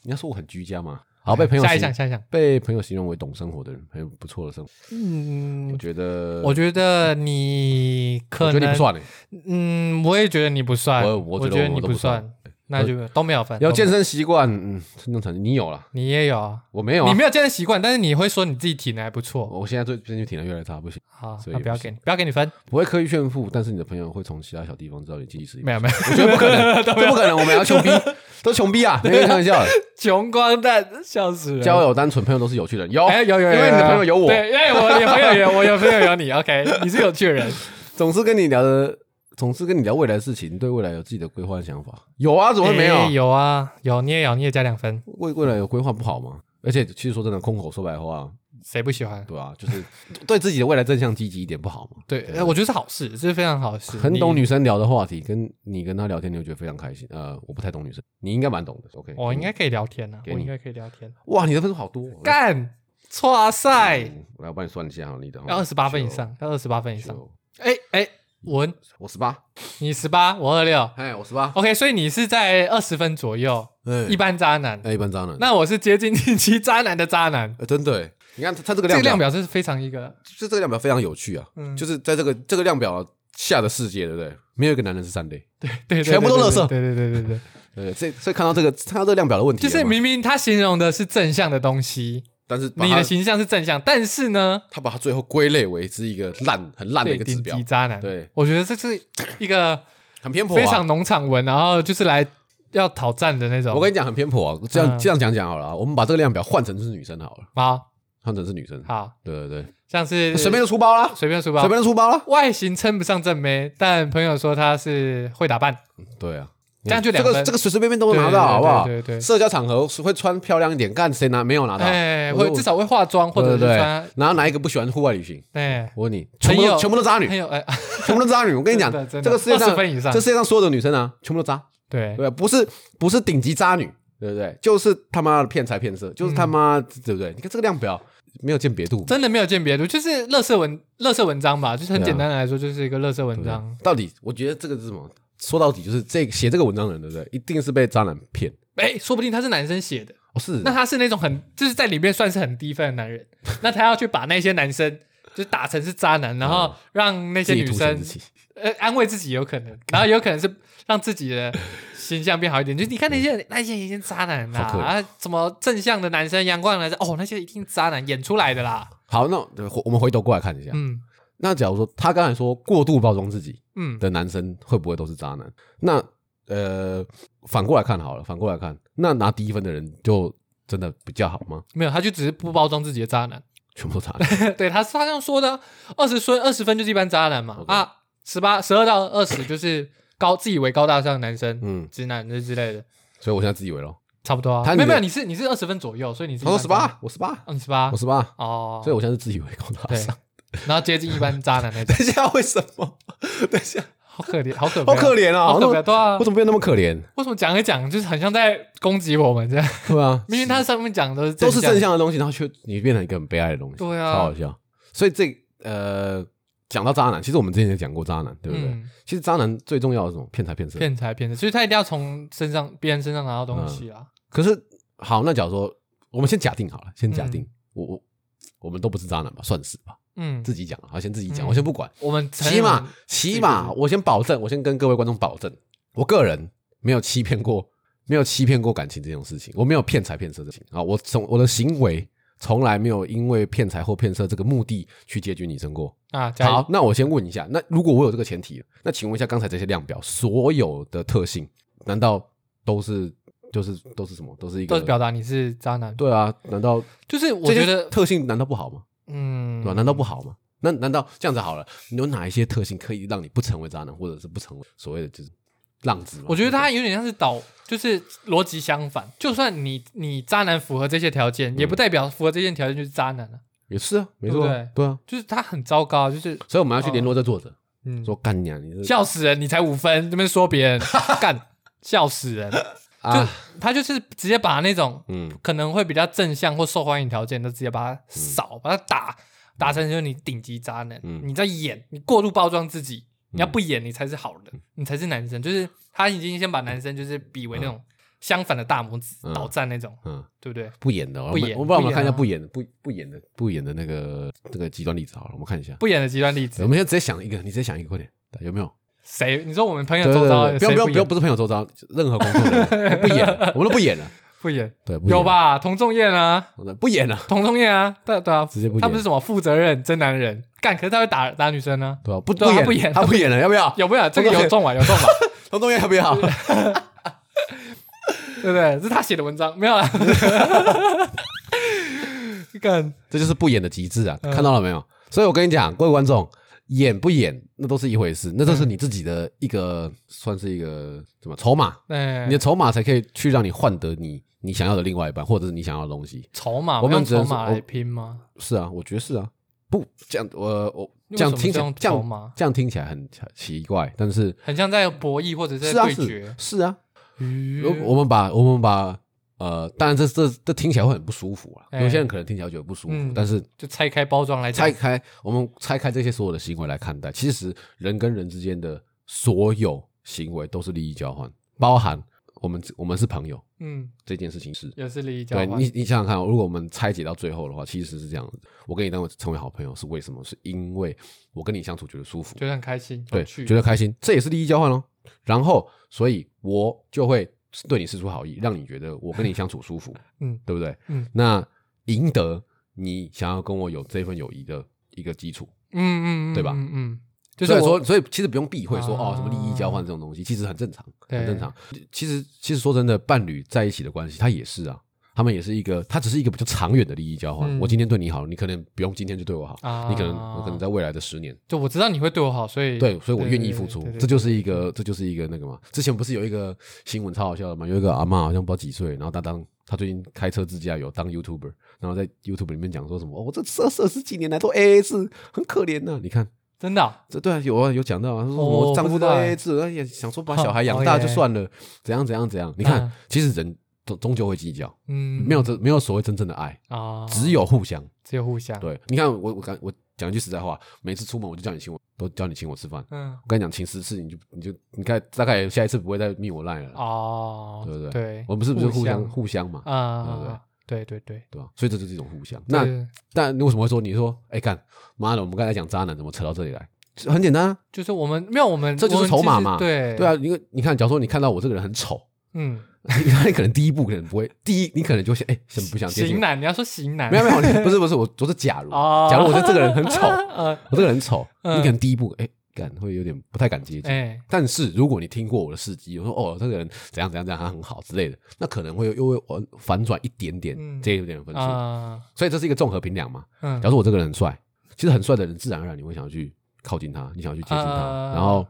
S2: 你要说我很居家嘛？ (laughs) 好，被朋友
S1: (laughs) 下一
S2: 形
S1: 项，下一项。
S2: 被朋友形容为懂生活的人，很不错的生活。我
S1: 嗯，
S2: 觉得，
S1: 我觉得你可
S2: 我觉得你
S1: 能
S2: 不，算欸
S1: 嗯，我也觉得你不算，
S2: 我
S1: 我
S2: 我
S1: 觉
S2: 觉得
S1: 得
S2: 我
S1: 你
S2: 都
S1: 不
S2: 不算
S1: 算，那就都没有分。
S2: 有
S1: 都
S2: 健
S1: 没有，
S2: 身习惯，嗯，正常成你有了，
S1: 你也有啊，
S2: 我没有啊
S1: 你。没有健身习惯，但是你会说你自己体能还不错。
S2: 我现在最最近体能越来越差，不行，
S1: 好，
S2: 所以
S1: 那
S2: 也
S1: 不要
S2: 不
S1: 给你，不要给你分，
S2: 不会刻意炫富，但是你的朋友会从其他小地方知道你经济实力。
S1: 没有没有， (laughs)
S2: 我觉得不可能，这不可能，我们要穷逼，都穷逼啊！没有开玩笑的，
S1: 穷光蛋，笑死人。
S2: 交友单纯，朋友都是有趣的人，有
S1: 哎，有有有，
S2: 因为你的朋友有我，
S1: 对，因为我有朋友有我，有朋友有你。OK，你是有趣的人，
S2: 总是跟你聊的，总是跟你聊未来的事情，对未来有自己的规划和想法。有啊， (laughs) 怎么会没有？
S1: 哎有啊，有你也有，你也加两分，
S2: 未未来有规划不好吗？而且其实说真的，空口说白话，啊
S1: 谁不喜欢？
S2: 对啊，就是对自己的未来正向积极一点不好吗？
S1: 对，呃我觉得是好事，这是非常好的事。
S2: 很懂
S1: 你，
S2: 女生聊的话题，跟你跟她聊天，你会觉得非常开心。呃，我不太懂女生，你应该蛮懂的。OK，
S1: 我应该可以聊天啊，
S2: 嗯给
S1: 我
S2: 你
S1: 应该可以聊天。
S2: 哇，你的分数好多哦，
S1: 干，哇塞，
S2: 嗯我来帮你算一下哈，你的哈
S1: 要二十八分以，上，要二十八分以
S2: 九
S1: 上。
S2: 九
S1: 哎哎，文，
S2: 我十八，
S1: 你十八，我二六。
S2: 哎，我十八，
S1: OK，所以你是在二十分左右，
S2: 哎
S1: 哦一般渣男。
S2: 哎，一般渣男，
S1: 那我是接近 (laughs) 近期渣男的渣男。
S2: 呃真的耶，你看他他这个
S1: 这个量
S2: 量表，
S1: 表是非常一个
S2: 就这个量表非常有趣啊
S1: 嗯，
S2: 就是在这个这个量表下的世界，对不对？没有一个男人是三类，
S1: 对，对
S2: 全部都
S1: 对
S2: 垃圾
S1: 对对对对
S2: (laughs)
S1: 对，
S2: 呃，所以所以看到这个看到这个量表的问题
S1: 就
S2: 了嘛，
S1: 是明明他形容的是正向的东西，
S2: 但是把
S1: 你
S2: 它
S1: 的形象是正向，但是呢，
S2: 他把它最后归类为是一个烂、很烂的
S1: 对
S2: 一个指
S1: 顶
S2: 标
S1: 级，渣男。
S2: 对，
S1: 我觉得这是一个
S2: 很偏颇、啊。
S1: 非常农场文，然后就是来要讨战的那种。
S2: 我跟你讲，很偏颇、啊。这样、
S1: 嗯
S2: 这样讲讲好了啊、我们把这个量表换成是女生好了，
S1: 好
S2: 换成是女生。
S1: 好，
S2: 对对
S1: 像是
S2: 对，随便就出包啦，
S1: 随便说吧，
S2: 随便就出包啦。
S1: 外形称不上正妹，但朋友说她是会打扮，
S2: 对啊，
S1: 这样就
S2: 这
S1: 两
S2: 个
S1: 分。
S2: 这个随随便便都能
S1: 对
S2: 拿到，
S1: 对
S2: 好不好？
S1: 对对对
S2: 社交场合是会穿漂亮一点，干谁拿没有拿到？
S1: 哎，
S2: 我
S1: 会至少会化妆，或者是
S2: 对对对
S1: 穿，
S2: 然后哪一个不喜欢户外旅行？
S1: 哎，
S2: 我问你，全部
S1: 很
S2: 都
S1: 有
S2: 全部都渣女
S1: (laughs) 很，有哎，
S2: 全部都渣女。我跟你讲
S1: 真的，真的
S2: 这个世界上
S1: 20分以上哎
S2: 这世界上所有的女生啊，全部都渣。
S1: 对
S2: 对，不是不是顶级渣女，对不对？就是他妈的骗财骗色，就是他
S1: 嗯
S2: 妈、对不对？你看这个量表没有鉴别度，
S1: 真的没有鉴别度，就是乐色文乐色文章吧，就是很
S2: 对啊
S1: 简单的来说，就是一个乐色文
S2: 对不
S1: 章。
S2: 对到底我觉得这个是什么？说到底就是这写这个文章的人，对不对？一定是被渣男骗。
S1: 哎，说不定他是男生写的，
S2: 哦，是
S1: 那他是那种很就是在里面算是很低分的男人，那他要去把那些男生就是打成是渣男，然后让那些
S2: 哦自己
S1: 女
S2: 图
S1: 生
S2: 生自己。
S1: 呃安慰自己有可
S2: (laughs)
S1: 能，然后有可能是让自己的形象变好一点。 (laughs) 就是你看那些那些一些渣男呐、
S2: 好可怜
S1: 啊，什么正向的男生、阳光的男生，哦，那些一定渣男演出来的啦。
S2: 好，那对我我们回头过来看一下。
S1: 嗯
S2: 那假如说他刚才说过度包装自己
S1: 嗯，
S2: 的男生会不会都是渣男？那呃，反过来看好了，反过来看，那拿低分的人就真的比较好吗？
S1: 没有，他就只是不包装自己的渣男。 (laughs)
S2: 全部都渣男。
S1: 对，他是他这样说的，二十分二十分就是一般渣男嘛
S2: OK
S1: 啊，十八十二到二十就是高自以为高大上的男生、
S2: 嗯，
S1: 直男这之类的。
S2: 所以我现在自以为咯。
S1: 差不多啊，
S2: 他
S1: 没有
S2: 你
S1: 没
S2: 的
S1: 有，你是你是二十分左右，所以你是
S2: 他说
S1: 一
S2: 十
S1: 般渣，
S2: 八，我十八，
S1: 嗯，你十八
S2: 我十八，
S1: 哦，
S2: 所以我现在是自以为高大
S1: 对
S2: 上。，
S1: 然后接近一般渣男那种，
S2: (laughs) 等一下，为什么？等一下，
S1: 好可怜，
S2: (laughs)
S1: 好可悲
S2: 好
S1: 啊，
S2: 可怜啊！
S1: 好
S2: 我
S1: 可
S2: 怎
S1: 悲啊，
S2: 么
S1: 对啊
S2: 我，怎么变那么可怜？
S1: 为什么讲一讲就是很像在攻击我们这样？
S2: (laughs) 对啊，
S1: 明明他上面讲的都是
S2: 都是
S1: 正
S2: 正
S1: 向，
S2: 向的东西，然后却你变成一个很悲哀的东西，
S1: 对
S2: 超
S1: 啊
S2: 好，笑。所以这呃，讲到渣男，其实我们之前也讲过渣男，对不对？
S1: 嗯，
S2: 其实渣男最重要的是什么？骗财骗色。
S1: 骗财骗色，所以他一定要从身上别人身上拿到东西啊，
S2: 可是好，那假如说我们先假定好了，先假
S1: 嗯
S2: 定我我我们都不是渣男吧，算是吧，
S1: 嗯，
S2: 自己讲啊，好先自己讲，
S1: 嗯
S2: 我先不管。
S1: 我们承
S2: 起
S1: 认我
S2: 码
S1: 们
S2: 起码，我先保证，我先跟各位观众保证，我个人没有欺骗过，没有欺骗过感情这种事情，我没有骗财骗色的事情啊，我从我的行为从来没有因为骗财或骗色这个目的去结局女生过。
S1: 啊，加油
S2: 好，，那我先问一下，那如果我有这个前提，那请问一下刚才这些量表所有的特性，难道都是就是都是什么？都是一
S1: 都
S2: 个
S1: 是表达你是渣男，
S2: 对啊？难道
S1: 就是我
S2: 这
S1: 觉
S2: 些
S1: 得，
S2: 特性难道不好吗？
S1: 嗯
S2: 对吧、，难道不好吗？那难道这样子好了？有哪一些特性可以让你不成为渣男，或者是不成为所谓的就是浪子吗？
S1: 我觉得
S2: 对不
S1: 他有点像是倒，就是逻辑相反。就算你你渣男符合这些条件，也
S2: 嗯
S1: 不代表符合这些条件就是渣男啊。
S2: 对也是啊，没错啊，
S1: 对不对
S2: 啊。
S1: 就是他很糟糕，啊就是
S2: 所以我们要去联络这作者，
S1: 嗯，
S2: 说干你啊，你是
S1: 笑死人！你才五分，这边说别
S2: (laughs)
S1: 人干，笑死人！
S2: 啊，
S1: 他就是直接把那种
S2: 嗯，
S1: 可能会比较正向或受欢迎条件都直接把它扫，把它打，达成就是你顶级渣男，
S2: 嗯
S1: 你在演，你过度包装自己，你要不演你才是好
S2: 嗯
S1: 人，你才是男生。就是他已经先把男生就是比为那种相反的大拇指、
S2: 嗯
S1: 倒站那种，
S2: 嗯，
S1: 对不对？
S2: 不演的，我
S1: 不
S2: 们
S1: 演
S2: 我帮我
S1: 不演
S2: 们看一下
S1: 啊
S2: 不演的，不不演的，不演的那个那个极端例子好了，我们看一下。
S1: 不演的极端例
S2: 对
S1: 子
S2: 我，们现在直接想一个，你直接想一个，快点，对有没有？
S1: 谁？你说我们朋友
S2: 对
S1: 周
S2: 对
S1: 遭
S2: 对，不用
S1: 谁
S2: 不用
S1: 演
S2: 不用，不是朋友周遭，任何工作的人哎不演
S1: (laughs)
S2: 了，我们都不演了，
S1: 不演，
S2: 对，不演
S1: 有？吧？童仲彦啊，
S2: 不演了，
S1: 童仲彦啊，对对啊
S2: 直接不，演
S1: 他不是什么负责任真男人，干，可是他会打打女生啊，
S2: 对吧？不
S1: 对啊他
S2: 不
S1: 不
S2: 演，
S1: 演
S2: 他不演了，要不要？
S1: 有没有？这个
S2: 童仲彦
S1: 有中吧？啊有中吧？
S2: 童仲彦要不要？
S1: 对不对？是他写的文章，没有啦。 (laughs) 干，
S2: 这就是不演的极致啊！
S1: 嗯
S2: 看到了没有？所以我跟你讲，各位观众，演不演那都是一回
S1: 嗯
S2: 事，那都是你自己的一个，算是一个什么筹码，
S1: 哎
S2: 你的筹码才可以去让你换得你你想要的另外一半，或者是你想要的东西。
S1: 筹码，
S2: 我们
S1: 用
S2: 只能
S1: 筹码
S2: 说
S1: 来拼吗？
S2: 是啊，我觉得是啊。不，这样我我
S1: 为
S2: 这样
S1: 什么
S2: 听起
S1: 是
S2: 来
S1: 用
S2: 这
S1: 筹
S2: 样
S1: 码
S2: 这样听起来很奇怪，但是
S1: 很像在博弈或者在
S2: 是啊
S1: 对
S2: 是
S1: 决。嗯
S2: 是啊，
S1: 鱼
S2: 我我们把我们把呃，当然这这这听起来会很不舒服啊，
S1: 哎
S2: 有些人可能听起来觉得不舒服，
S1: 嗯
S2: 但是
S1: 就拆开包装来讲
S2: 拆开，我们拆开这些所有的行为来看待，其实人跟人之间的所有行为都是利益交换，包含我们我们是朋友
S1: 嗯，
S2: 这件事情是。
S1: 也是利益交
S2: 对
S1: 换
S2: 你，。你想想看哦，如果我们拆解到最后的话，其实是这样子。我跟你当成为好朋友是为什么？是因为我跟你相处觉得舒服，
S1: 觉得很开心，
S2: 对，
S1: 有趣
S2: 觉得开心，这也是利益交换哦。然后，所以我就会对你施出好意，让你觉得我跟你相处舒服，
S1: (laughs) 嗯，
S2: 对不对？
S1: 嗯，
S2: 那赢得你想要跟我有这份友谊的一个基础。
S1: 嗯嗯，嗯
S2: 对吧
S1: 嗯嗯，就
S2: 就是是
S1: 我
S2: 说，所以其实不用避讳说、
S1: 啊
S2: 哦，什么利益交换这种东西，其实很正常，
S1: 对
S2: 很正常。其实其实说真的，伴侣在一起的关系，它也是啊，他们也是一个，它只是一个比较长远的利益交换。
S1: 嗯
S2: 我今天对你好，你可能不用今天就对我好，
S1: 啊
S2: 你可能我可能在未来的十年，
S1: 就我知道你会对我好，所以
S2: 对，所以我愿意付出
S1: 对对，对
S2: 这就是一个这就是一个那个嘛。之前不是有一个新闻超好笑的嘛，有一个阿嬷好像不知道几岁，然后她当她最近开车自驾游当 YouTuber，然后在 YouTube 里面讲说什么，哦我、这这这十几年来都 AA 制，很可怜呐、你看。
S1: 真的啊
S2: 这对啊，有啊，有讲到啊，他说
S1: 哦
S2: 我丈夫
S1: 不知
S2: 都
S1: 道
S2: AA
S1: 欸
S2: 制，哎呀，想说把
S1: 哼
S2: 小孩养
S1: 哦
S2: 大
S1: 耶
S2: 就算了，怎样怎样怎样。你看
S1: 嗯，
S2: 其实人终终究会计较，
S1: 嗯，
S2: 没有真没有所谓真正的爱，
S1: 啊，
S2: 只有互相。
S1: 只有互相，
S2: 对，你看我我刚我讲一句实在话，每次出门我就叫你请我，都叫你请我吃饭。
S1: 嗯
S2: 我跟你讲，请十次你就你就你看，大概下一次不会再密我赖了，
S1: 哦，
S2: 对不对？
S1: 对，
S2: 我们是不是互
S1: 相
S2: 相互相嘛？
S1: 啊？对对对，
S2: 对吧？所以这就是一种互相。那
S1: 对
S2: 但你为什么会说你说哎干妈的？我们刚才讲渣男，怎么扯到这里来？很简单啊，
S1: 就是我们没有我们，
S2: 这就是
S1: 我们
S2: 筹码
S1: 其实
S2: 嘛
S1: 对
S2: 对啊，，因为你看，假如说你看到我这个人很丑， (laughs)
S1: 嗯，
S2: 你看，你可能第一步可能不会，第一你可能就先哎、先不想接近
S1: 型
S2: 我。
S1: 男，你要说型男，
S2: 没有没有，你不是不是，我我是假如，
S1: 啊哦
S2: 假如我觉得这个人很丑，
S1: (laughs) 呃，
S2: 我这个人很丑，你
S1: 嗯
S2: 可能第一步哎，敢、会有点不太敢接近。
S1: 哎，
S2: 但是如果你听过我的事迹，我说哦，这个人怎样怎样怎样，他很好之类的，那可能会又会反反转一点点，
S1: 嗯
S2: 这一点分数。
S1: 啊，
S2: 所以这是一个综合评量嘛。
S1: 嗯
S2: 假如说我这个人很帅，其实很帅的人，自然而然你会想要去靠近他，你想要去接近他，
S1: 啊
S2: 然后，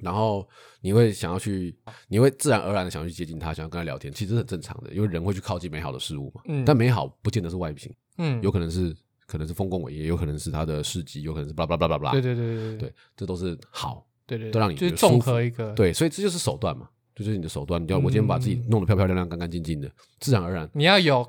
S2: 然后你会想要去，你会自然而然的想要去接近他，想要跟他聊天，其实是很正常的，因为人会去靠近美好的事物嘛。
S1: 嗯
S2: 但美好不见得是外形，
S1: 嗯，
S2: 有可能是可能是丰功伟业，有可能是他的事迹，有可能是巴拉巴拉巴拉巴拉。
S1: 对对对对
S2: 对这都是好，
S1: 对对，
S2: 都让你
S1: 就是
S2: 觉得舒
S1: 综
S2: 服
S1: 合一个，，
S2: 对，所以这就是手段嘛，这就是你的手段。你要我今天把自己
S1: 嗯
S2: 弄得漂漂亮亮、干干净净的，自然而然。
S1: 你要有，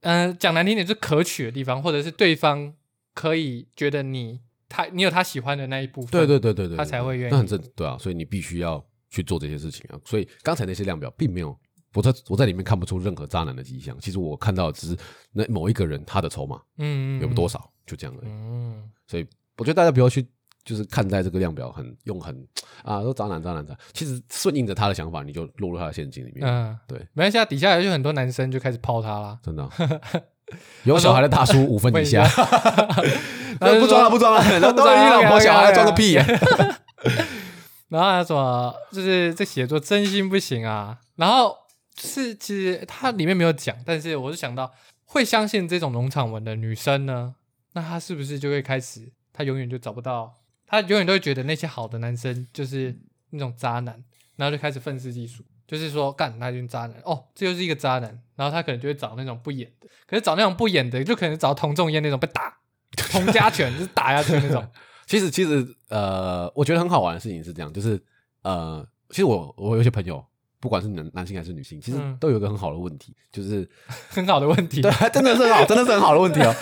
S1: 嗯，讲难听点，就是可取的地方，或者是对方可以觉得你他你有他喜欢的那一部分，
S2: 对对对对对，
S1: 他
S2: 对
S1: 才会愿意嗯
S2: 那很正，对啊，所以你必须要去做这些事情啊。所以刚才那些量表并没有，我在我在里面看不出任何渣男的迹象。其实我看到的只是那某一个人他的筹码
S1: 嗯，嗯
S2: 有多，少，就这样而已。
S1: 嗯
S2: 所以我觉得大家不要去就是看待这个量表很用很啊说渣男渣男渣男，其实顺应着他的想法，你就落入他的陷阱里面。
S1: 嗯，
S2: 对，
S1: 没关系啊，底下就很多男生就开始泡他啦。
S2: 真的
S1: (laughs)
S2: 啊、有小孩的大叔五分以下，
S1: 然后就
S2: 不装了，
S1: 说
S2: 不装了，
S1: 不装了
S2: 都已经老婆小孩
S1: OK，OK，OK
S2: 装个屁
S1: (laughs)
S2: 啊呀、
S1: 然后还有什么，就是这写作真心不行啊。然后就是其实它里面没有讲，但是我就想到，会相信这种农场文的女生呢，那她是不是就会开始，她永远就找不到，她永远都会觉得那些好的男生就是那种渣男，然后就开始愤世嫉俗，就是说干那就是渣男哦，这就是一个渣男。然后她可能就会找那种不演的，可是找那种不演的，就可能找童仲彦那种被打。童家拳就是打下去那种， (laughs)
S2: 其实其实呃，我觉得很好玩的事情是这样，就是呃，其实我我有一些朋友，不管是男男性还是女性，其实
S1: 嗯
S2: 都有一个很好的问题，就是
S1: 很好的问题。 (laughs)
S2: 对，真的是很好，真的是很好的问题哦。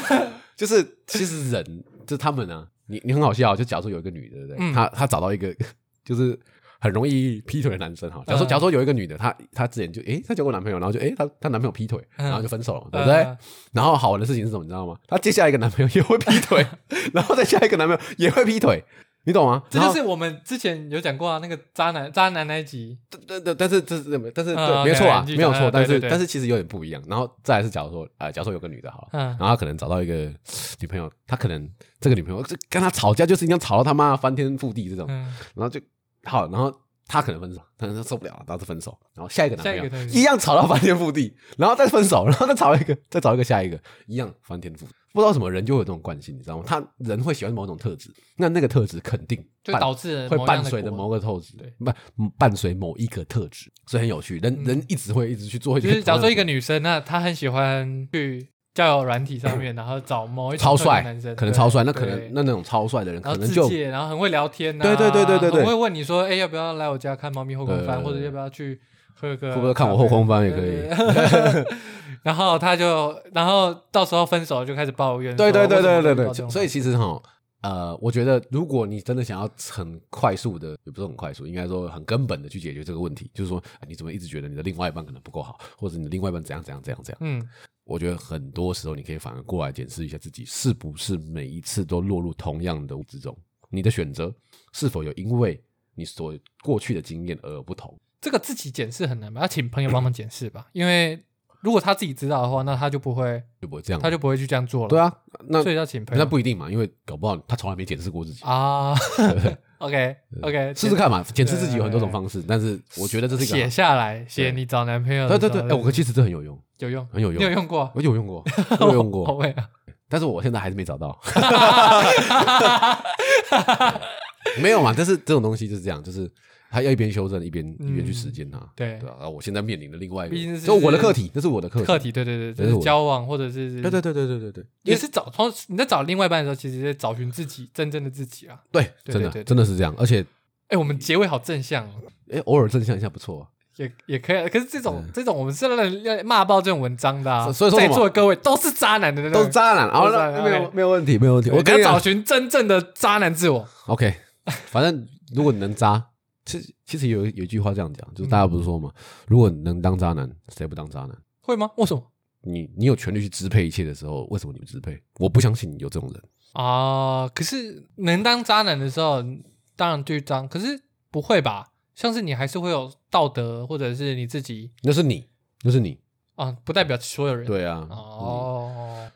S2: 就是其实人就是他们啊，你你很好笑，就假如说有一个女的，对不对？
S1: 嗯
S2: 她她找到一个 (laughs) 就是很容易劈腿的男生哈。假如说、
S1: 嗯
S2: 假如说有一个女的，她她之前就诶她交过男朋友，然后就诶她她男朋友劈腿，
S1: 嗯
S2: 然后就分手了，对不对？
S1: 嗯
S2: 然后好玩的事情是什么，你知道吗？她接下来一个男朋友也会
S1: (laughs)
S2: 劈腿，然后再下一个男朋友也会劈腿，你懂吗？
S1: 这
S2: 然
S1: 就
S2: 后
S1: 是我们之前有讲过啊，那个渣男渣男那一集，
S2: 但但但是这是但是
S1: 嗯
S2: 对，没错啊，
S1: OK，
S2: 没有错
S1: 嗯，
S2: 但是
S1: 对对对
S2: 但是其实有点不一样。然后再来是假如说呃，假如说有个女的好了，
S1: 嗯
S2: 然后她可能找到一个女朋友，她可能这个女朋友这跟她吵架就是一定要吵到他妈翻天覆地这种，
S1: 嗯，
S2: 然后就好，然后她可能分手，她可能受不了，然后就分手，然后下一个男朋
S1: 下一个
S2: 友
S1: 男朋友
S2: 一样吵到翻天覆地，然后再分手，然后再找一个，再找一个下一个，一样翻天覆地。不知道为什么人就会有这种惯性，你知道吗？他人会喜欢某种特质，那那个特质肯定
S1: 就
S2: 伴
S1: 导致了
S2: 会
S1: 某样
S2: 伴随着
S1: 果
S2: 某个特质
S1: 对，嗯
S2: 伴伴随某一个特质，所以很有趣。人、人一直会一直去做，
S1: 就是假如说一个女生，那她很喜欢去交友软体上面，然后找某一种
S2: 超
S1: 特定的
S2: 帅
S1: 男生，，
S2: 可能
S1: 对
S2: 超帅，那可能
S1: 对
S2: 那那种超帅的人，
S1: 然
S2: 可
S1: 后
S2: 能
S1: 自
S2: 就
S1: 介，然后很会聊天、啊，
S2: 对对对对对对
S1: 很会问你说，哎，要不要来我家看猫咪后空翻，
S2: 对对对
S1: 或者要不要去喝个，
S2: 会不会看我后空翻也可以？
S1: 以。 (laughs) 然后他就，然后到时候分手就开始抱怨，
S2: 对对
S1: 说
S2: 对对对
S1: 为什么遇到这
S2: 对，
S1: 种
S2: 所以其实哈，呃，我觉得如果你真的想要很快速的，也不是很快速，应该说很根本的去解决这个问题，就是说、哎你怎么一直觉得你的另外一半可能不够好，或者你的另外一半怎样怎样怎样怎样。
S1: 嗯，
S2: 我觉得很多时候你可以反而过来检视一下自己，是不是每一次都落入同样的之中？你的选择是否有因为你所过去的经验而有不同？
S1: 这个自己检视很难吧？要请朋友帮忙检视吧，因为如果他自己知道的话，那他就不会，
S2: 就不会这样。
S1: 他就不会去这样做了。
S2: 对，啊，那
S1: 所以要请朋友。
S2: 那不一定嘛，因为搞不好他从来没检视过自己。
S1: 啊 (laughs)
S2: 对不对
S1: ，OK OK，
S2: 试试看嘛，检视自己有很多种方式，但是我觉得这是一个
S1: 啊写下来，写
S2: 对
S1: 你找男朋友
S2: 对
S1: 的时
S2: 对
S1: 候。
S2: 对，哎，我其实这很有用，
S1: 有用，
S2: 很有用
S1: 你有用过？
S2: 我有
S1: (laughs)
S2: 用过，我有用
S1: 我
S2: 过，
S1: 会啊。
S2: 但是我现在还是没
S1: (laughs)
S2: 找到。没有嘛，但是这种东西就是这样，就是他要一边修正一边一边去实践它。
S1: 对
S2: 对啊，啊我现在面临的另外一
S1: 嗯毕竟
S2: 个，
S1: 是
S2: 就我的课题，那是我的课
S1: 课
S2: 题。
S1: 题，对对对，
S2: 这
S1: 就是是
S2: 我
S1: 交往或者是
S2: 对对对对对对对，因
S1: 也
S2: 为
S1: 是找从你在找另外一半的时候，其实在找寻自己真正的自己啊。
S2: 对，
S1: 对
S2: 真
S1: 对对
S2: 的
S1: 对
S2: 真的是这样，而且
S1: 哎，我们结尾好正向哦，
S2: 哎，偶尔正向一下不错啊。
S1: 也也可以啊。可是这种这种我们是要要骂爆这种文章的啊，
S2: 所所以说
S1: 在
S2: 什么
S1: 座的各位都是渣男的那种，
S2: 都是渣男，然后
S1: 都是渣
S2: 那
S1: 男
S2: 没有
S1: OK
S2: 没有问题，没有问题。
S1: 对。
S2: 我
S1: 你
S2: 跟
S1: 要
S2: 你
S1: 找
S2: 讲
S1: 寻真正的渣男自我。
S2: ，OK，反正如果你能渣，其实其实有有一句话这样讲，就是
S1: 嗯
S2: 大家不是说嘛，如果你能当渣男，谁不当渣男？
S1: 会吗？为什么
S2: 你你有权利去支配一切的时候，为什么你不支配？我不相信你有这种人。
S1: 啊？可是能当渣男的时候，当然就当，可是不会吧？像是你还是会有道德，或者是你自己
S2: 那是你，那是你，
S1: 啊，不代表所有人。
S2: 对啊，
S1: 哦，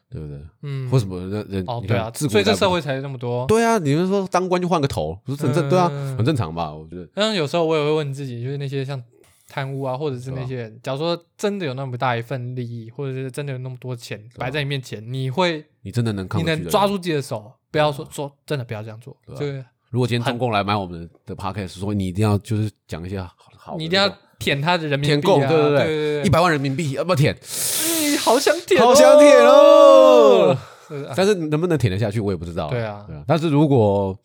S2: 你对不对？
S1: 嗯，
S2: 为什么人人
S1: 哦，
S2: 你
S1: 对
S2: 看
S1: 啊，
S2: 自古
S1: 所以这
S2: 代不
S1: 社会才那么多。
S2: 对啊，你们说当官就换个头，不是很正、对啊，
S1: 嗯
S2: 很正常吧？我觉得
S1: 但是有时候我也会问自己，就是那些像贪污啊，或者是那些人，假如说真的有那么大一份利益，或者是真的有那么多钱摆在你面前，你会
S2: 你真的能
S1: 你
S2: 抗得
S1: 能
S2: 住。
S1: 抓住自己的手，不要说说真的不要这样做，
S2: 对啊
S1: 就是
S2: 如果今天中共来买我们的 podcast，说你一定要就是讲一些好好的，
S1: 你一定要舔他的人民
S2: 舔
S1: 币啊，
S2: 共，对
S1: 对
S2: 对，
S1: 对
S2: 一百万人民币要啊不要舔？
S1: 对，好想舔，
S2: 好想舔哦
S1: 是啊
S2: 但是能不能舔得下去，我也不知道。
S1: 对啊
S2: 对啊。但是如果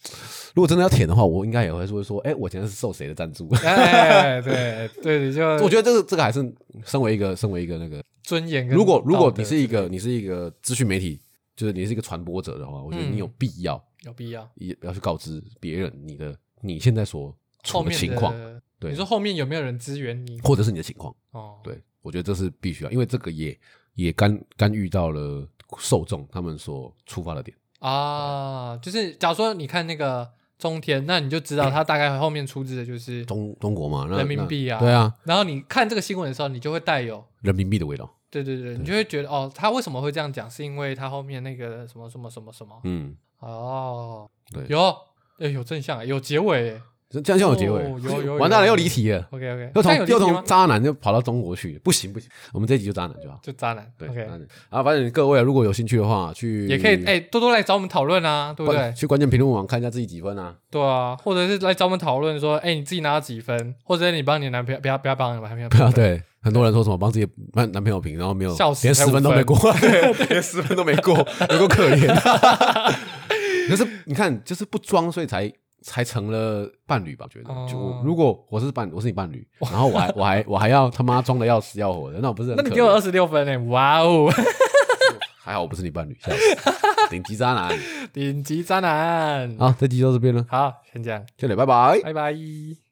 S2: 如果真的要舔的话，我应该也会说说，哎，我今天是受谁的赞助？
S1: (laughs)
S2: (laughs)
S1: 哎，对对，你就
S2: 我觉得这个这个还是身为一个身为一个那个
S1: 尊严跟
S2: 如果如
S1: 道
S2: 果
S1: 德
S2: 你是一个你是一个资讯媒体，就是你是一个传播者的话，我觉得
S1: 嗯
S2: 你有必要、
S1: 有必要，
S2: 也要去告知别人你的你现在所处
S1: 后面
S2: 的
S1: 的
S2: 情况，对
S1: 你说后面有没有人支援你？
S2: 或者是你的情况。
S1: 哦，
S2: 对，我觉得这是必须要，啊因为这个也也干干预到了受众他们所出发的点。
S1: 啊，就是假如说你看那个中天，那你就知道他大概后面出资的就是，
S2: 中中国嘛，那
S1: 人民币啊
S2: 那对啊，
S1: 然后你看这个新闻的时候，你就会带有，
S2: 人民币的味道。
S1: 对对对，你就会觉得哦，他为什么会这样讲？是因为他后面那个什么什么什么什么？
S2: 嗯，
S1: 哦，
S2: 对
S1: 有，哎，有正向，有结尾耶
S2: 这这样像我结尾，
S1: 哦有有有
S2: 完蛋了，又离题了，
S1: ，OK OK，
S2: 又从又
S1: 吗
S2: 从？渣男就跑到中国去，不行不行，我们这一集就渣男就好。
S1: 就渣男
S2: 对，
S1: ，OK，
S2: 渣男啊，反正各位如果有兴趣的话，去
S1: 也可以哎，多多来找我们讨论啊，对不
S2: 关
S1: 对？
S2: 去关键评论网看一下自己几分啊？
S1: 对啊，或者是来找我们讨论说，哎，你自己拿到几分，或者你帮你的男朋友，不要不要帮你的男朋友，
S2: 不要对，很多人说什么帮自己男男朋友评，然后没有
S1: 笑死哎
S2: 连
S1: 才
S2: 十分都
S1: 五分
S2: 没过， (laughs) 对连十分都没过，有够可怜。 (laughs) 可是你看，就是不装，所以才才成了伴侣吧？我觉得，
S1: 哦
S2: 就我如果我是伴，我是你伴侣，然后我还我还我还要他妈装的要死要活的，那我不是很
S1: 那
S2: 可
S1: 你
S2: 怜
S1: 给我二十六分哎，哇哦！
S2: 还好我不是你伴侣，笑 (laughs) 死顶级渣男。
S1: (laughs) 顶级渣男。
S2: 好，这集就到这边了，
S1: 好，先这样，
S2: 就你，拜拜。
S1: 拜拜。